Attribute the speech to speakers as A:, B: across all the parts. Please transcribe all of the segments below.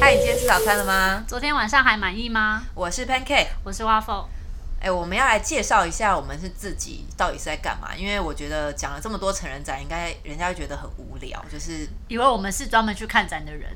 A: 嗨，你今天吃早餐了吗？
B: 昨天晚上还满意吗？
A: 我是 Pancake。
B: 我是 Waffle，
A: 哎、我们要来介绍一下我们是自己到底是在干嘛，因为我觉得讲了这么多成人展，应该人家会觉得很无聊，就是
B: 以为我们是专门去看展的人，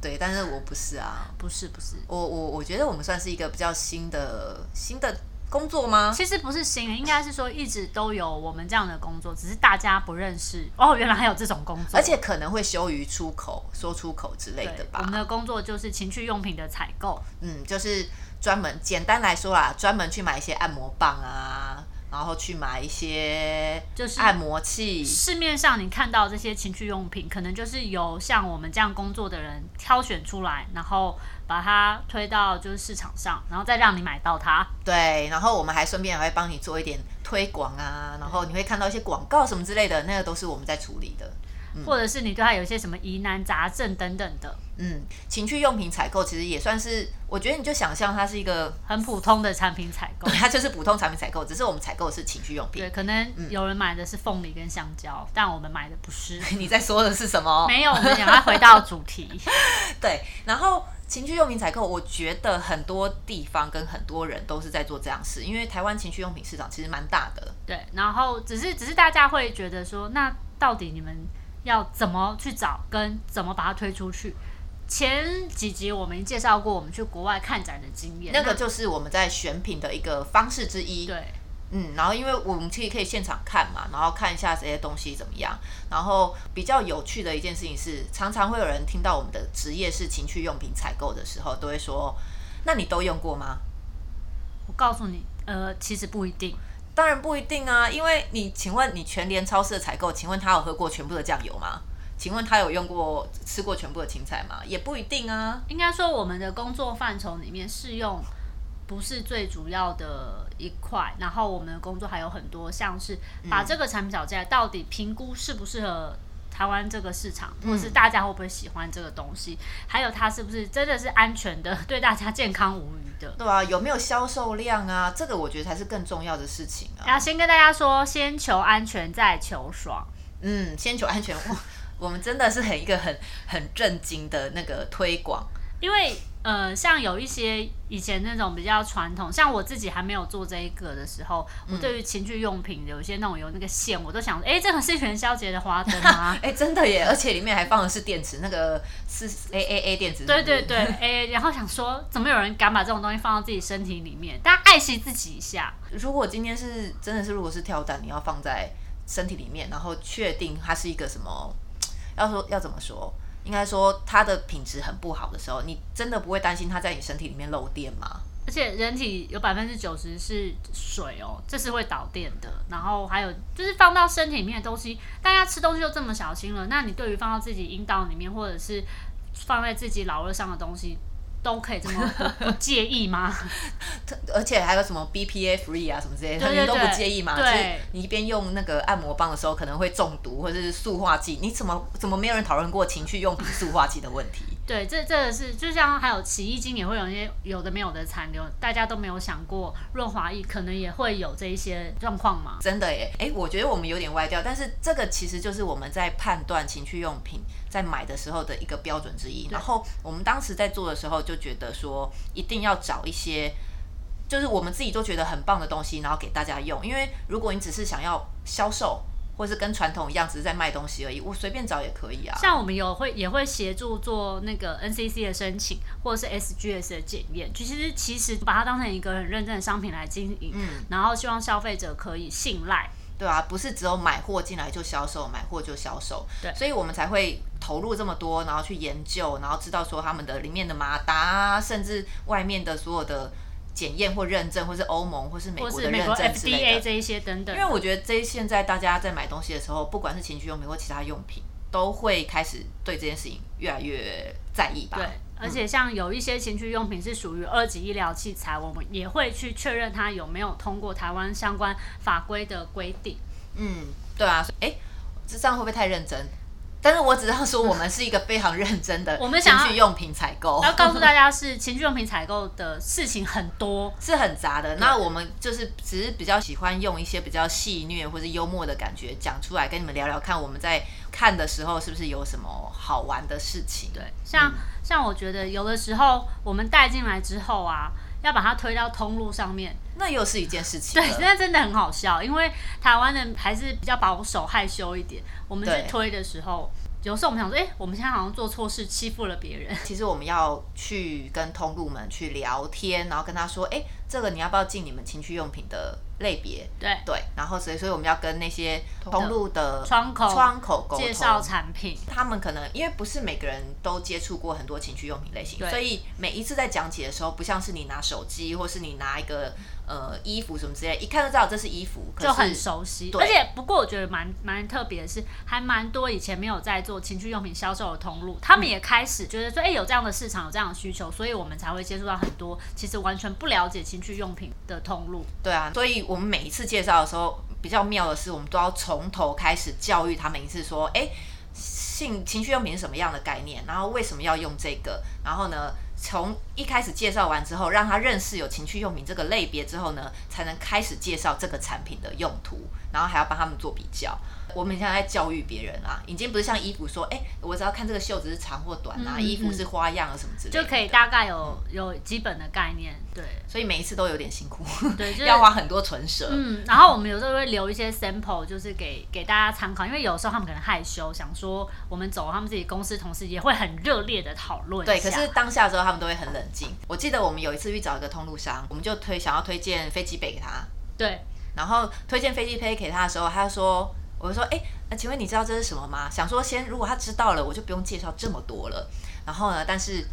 A: 对，但是我不是啊，
B: 不是不是，
A: 我我我觉得我们算是一个比较新的新的工作吗？
B: 其实不是新的，应该是说一直都有我们这样的工作，只是大家不认识哦，原来还有这种工作，
A: 而且可能会羞于出口，说出口之类
B: 对
A: 的
B: 我
A: 吧
B: 们。的工作就是情趣用品的采购，
A: 嗯，就是专门简单来说啦，专门去买一些按摩棒啊，然后去买一些
B: 就是嗯
A: 按摩器，
B: 市面上你看到这些情趣用品，可能就是由像我们这样工作的人挑选出来，然后把它推到就是市场上，然后再让你买到它。
A: 对，然后我们还顺便还会帮你做一点推广啊，然后你会看到一些广告什么之类的，那个都是我们在处理的。
B: 或者是你对它有一些什么疑难杂症等等的，
A: 嗯，情趣用品采购其实也算是，我觉得你就想象它是一个，
B: 很普通的产品采购。
A: 它就是普通产品采购，只是我们采购的是情趣用品
B: 对，。可能
A: 嗯
B: 有人买的是凤梨跟香蕉，但我们买的不是。
A: 你在说的是什么？
B: 没有，我们赶快回到主题。
A: 对，然后情趣用品采购，我觉得很多地方跟很多人都是在做这样事，因为台湾情趣用品市场其实蛮大的。
B: 对，然后只是只是大家会觉得说，那到底你们要怎么去找，跟怎么把它推出去？前几集我们介绍过我们去国外看展的经验，
A: 那个就是我们在选品的一个方式之一。
B: 对
A: 嗯，然后因为我们其实可以现场看嘛，然后看一下这些东西怎么样。然后比较有趣的一件事情是，常常会有人听到我们的职业是情趣用品采购的时候，都会说：“那你都用过吗
B: 我告诉你，呃，其实不一定。？”
A: 当然不一定啊，因为你，请问你全联超市的采购，请问他有喝过全部的酱油吗？请问他有用过吃过全部的青菜吗？也不一定啊。
B: 应该说我们的工作范畴里面适用不是最主要的一块，然后我们的工作还有很多，像是把这个产品找进来，到底评估适不适合。台湾这个市场，或是大家会不会喜欢这个东西，还有它是不是真的是安全的， 对大家健康无虞的。
A: 对啊，有没有销售量啊？这个我觉得才是更重要的事情啊。
B: 然后先跟大家说，先求安全，再求爽。
A: 嗯，先求安全，我 我们真的是很一个很很震惊的那个推广。
B: 因为呃，像有一些以前那种比较传统，像我自己还没有做这一个的时候，我对于情趣用品有一些那种有那个线，我都想，哎、这个是元宵节的花灯吗？
A: 哎、真的耶！而且里面还放的是电池，那个是 A A A 电池是不
B: 对
A: 是
B: 对对，哎、然后想说，怎么有人敢把这种东西放到自己身体里面？大家爱惜自己一下。
A: 如果今天是真的是，如果是跳蛋，你要放在身体里面，然后确定它是一个什么，要说要怎么说？应该说它的品质很不好的时候，你真的不会担心它在你身体里面漏电吗？
B: 而且人体有百分之九十是水哦，这是会导电的。然后还有就是放到身体里面的东西，大家吃东西都这么小心了，那你对于放到自己阴道里面或者是放在自己老二上的东西，都可以这么不不介意吗？
A: 而且还有什么 BPA free 啊什么之类的，
B: 对
A: 你
B: 对
A: 都不
B: 对
A: 介意嘛？
B: 对
A: 就是你一边用那个按摩棒的时候，可能会中毒或者是塑化剂，你怎么怎么没有人讨论过情趣用品塑化剂的问题？
B: 对，这这个是就像还有洗衣精也会有一些有的没有的残留，大家都没有想过润滑液可能也会有这一些状况嘛。
A: 真的耶，哎，我觉得我们有点歪掉，但是这个其实就是我们在判断情趣用品在买的时候的一个标准之一。然后我们当时在做的时候就觉得说，一定要找一些。就是我们自己都觉得很棒的东西，然后给大家用。因为如果你只是想要销售，或是跟传统一样只是在卖东西而已，我随便找也可以啊。
B: 像我们有会也会协助做那个 NCC 的申请，或者是 SGS 的检验。其实其实把它当成一个很认真的商品来经营，
A: 嗯
B: 然后希望消费者可以信赖。
A: 对啊，不是只有买货进来就销售，买货就销售，
B: 对
A: 所以我们才会投入这么多，然后去研究，然后知道说他们的里面的马达啊，甚至外面的所有的检验或认证，或是欧盟或是美
B: 或
A: 国
B: 是
A: 的
B: 美
A: 认
B: 国
A: 证之
B: FDA
A: 类的。
B: 这一些等等
A: 因为，我觉得这现在大家在买东西的时候，不管是情趣用品或其他用品，都会开始对这件事情越来越在意吧。
B: 对，而且像有一些情趣用品是属于二级医疗器材，我们也会去确认它有没有通过台湾相关法规的规定。
A: 嗯，对啊，哎，这这样会不会太认真？但是我只要说，我们是一个非常认真的
B: 我们
A: 情
B: 想要
A: 趣用品采购，
B: 要告诉大家是情趣用品采购的事情很多，
A: 是很杂的。那我们就是只是比较喜欢用一些比较戏谑或是幽默的感觉讲出来，跟你们聊聊看，我们在看的时候是不是有什么好玩的事情？对，
B: 像、像我觉得有的时候我们带进来之后啊，要把它推到通路上面，
A: 那又是一件事情了。
B: 对，那真的很好笑，因为台湾人还是比较保守、害羞一点。我们去推的时候，有时候我们想说，哎、我们现在好像做错事，欺负了别人。
A: 其实我们要去跟通路们去聊天，然后跟他说，哎，这个你要不要进你们情趣用品的类别？
B: 对，
A: 对，然后所以所以我们要跟那些通路的
B: 窗口
A: 窗口沟通
B: 介绍产品，
A: 他们可能因为不是每个人都接触过很多情趣用品类型，所以每一次在讲解的时候，不像是你拿手机或是你拿一个呃衣服什么之类，一看就知道这是衣服，可
B: 就很
A: 是
B: 熟悉。
A: 对
B: 而且不过我觉得蛮蛮特别的是，还蛮多以前没有在做情趣用品销售的通路，他们也开始觉得说，哎、有这样的市场，有这样的需求，所以我们才会接触到很多其实完全不了解情趣用品的通路。
A: 对啊，所以我们每一次介绍的时候，比较妙的是，我们都要从头开始教育他们一次，说，哎，性情趣用品是什么样的概念，然后为什么要用这个，然后呢？从一开始介绍完之后，让他认识有情趣用品这个类别之后呢，才能开始介绍这个产品的用途，然后还要帮他们做比较。我们现在在教育别人啊，已经不是像衣服说，哎、我只要看这个袖子是长或短啊，
B: 嗯嗯
A: 衣服是花样啊什么之类的，
B: 就可以大概有有基本的概念，对
A: 所以每一次都有点辛苦，
B: 对，就是
A: 要花很多唇舌。
B: 嗯，然后我们有时候会留一些 sample，就是给给大家参考，因为有时候他们可能害羞，想说我们走，他们自己公司同事也会很热烈的讨论一
A: 对，
B: 下。
A: 可是当下之后他们都会很冷静。我记得我们有一次去找一个通路商，我们就推想要推荐飞机杯给他，
B: 对
A: 然后推荐飞机杯给他的时候，他就说，我就说，哎、那请问你知道这是什么吗？想说先，如果他知道了，我就不用介绍这么多了。然后呢，但是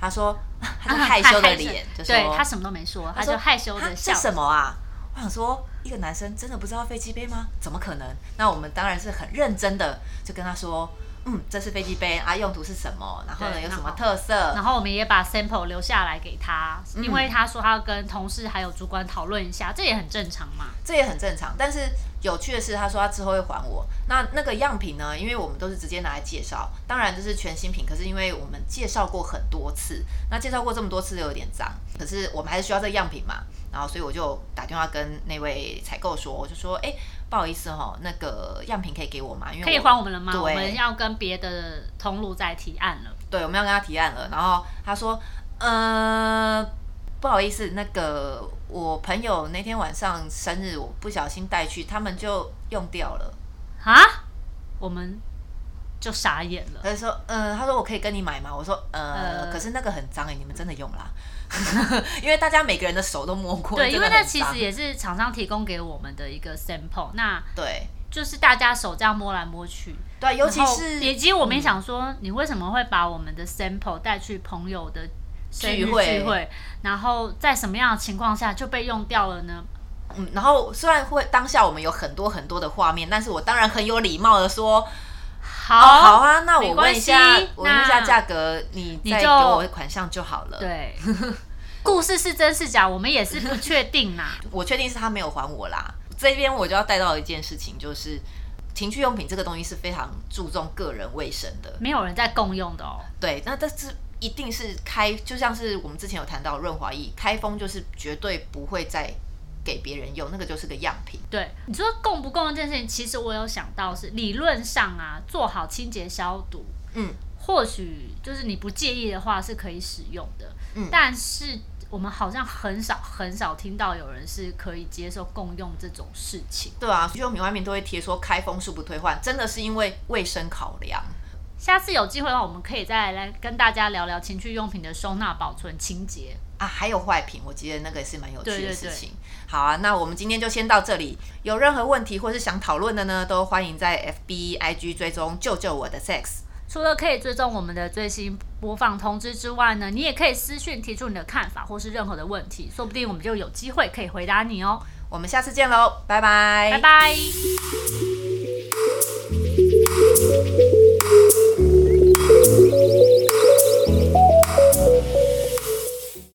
A: 他说， 他就
B: 啊
A: 害羞的 脸，就说，
B: 对他什么都没说，他
A: 说
B: 就害羞
A: 啊
B: 的笑
A: 这。什么啊？我想说，一个男生真的不知道飞机杯吗？怎么可能？那我们当然是很认真的，就跟他说，嗯，这是飞机杯啊，用途是什么？然后呢，
B: 对
A: 有什
B: 然
A: 么嗯
B: 后
A: 特色？
B: 然后我们也把 sample 留下来给他，因为他说他要跟同事还有主管讨论一下，这也很正常嘛。
A: 这也很正常。但是有趣的是，他说他之后会还我。那那个样品呢？因为我们都是直接拿来介绍，当然就是全新品。可是因为我们介绍过很多次，那介绍过这么多次又有点脏，可是我们还是需要这个样品嘛。然后所以我就打电话跟那位采购说，我就说，哎，不好意思哦，那个样品可以给我吗？因为
B: 可以
A: 我
B: 还我们了吗？
A: 对
B: 我们要跟别的通路再提案了。
A: 对，我们要跟他提案了。然后他说，呃，不好意思，那个我朋友那天晚上生日，我不小心带去，他们就用掉了。
B: 啊，我们就傻眼了。
A: 他就说，呃，他说我可以跟你买吗？我说，呃，
B: 呃
A: 可是那个很脏哎、你们真的用啦？ 因为大家每个人的手都摸过，
B: 对，因为
A: 真的
B: 那
A: 很
B: 其
A: 脏
B: 实也是厂商提供给我们的一个 sample，那
A: 对
B: 就是大家手这样摸来摸去，
A: 对，啊尤其
B: 然后以
A: 是嗯
B: 及我们也想说，你为什么会把我们的 sample 带去朋友的生日
A: 聚
B: 聚
A: 会
B: 会，然后在什么样的情况下就被用掉了呢？
A: 嗯，然后虽然会当下我们有很多很多的画面，但是我当然很有礼貌的说，
B: 好，
A: 哦，好啊，那我
B: 没
A: 问
B: 关
A: 一
B: 系
A: 下，我问一下
B: 那
A: 价格，你
B: 你
A: 再给
B: 就
A: 我款项就好了。
B: 对，故事是真是假，我们也是不确 定啦。
A: 我确定是他没有还我啦。这边我就要带到一件事情，就是情趣用品这个东西是非常注重个人卫生的。
B: 没有人在共用的哦，
A: 对，那但是一定是开，就像是我们之前有谈到润滑液，开封就是绝对不会再给别人用，那个就是个样品。
B: 对，你说共不共用这件事情，其实我有想到是理论上啊，做好清洁消毒，
A: 嗯，
B: 或许就是你不介意的话是可以使用的，
A: 嗯
B: 但是我们好像很少很少听到有人是可以接受共用这种事情。
A: 对啊，情趣用品外面都会贴说开封恕不退换，真的是因为卫生考量。
B: 下次有机会的话，我们可以再来跟大家聊聊情趣用品的收纳、保存、清洁。
A: 啊，还有坏品，我记得那个也是蛮有趣
B: 对
A: 的
B: 对
A: 事
B: 对
A: 情。好啊，那我们今天就先到这里。有任何问题或是想讨论的呢，都欢迎在 FB、IG 追踪救救我的 sex。
B: 除了可以追踪我们的最新播放通知之外呢，你也可以私讯提出你的看法或是任何的问题，说不定我们就有机会可以回答你哦。
A: 我们下次见喽，拜拜，
B: 拜拜。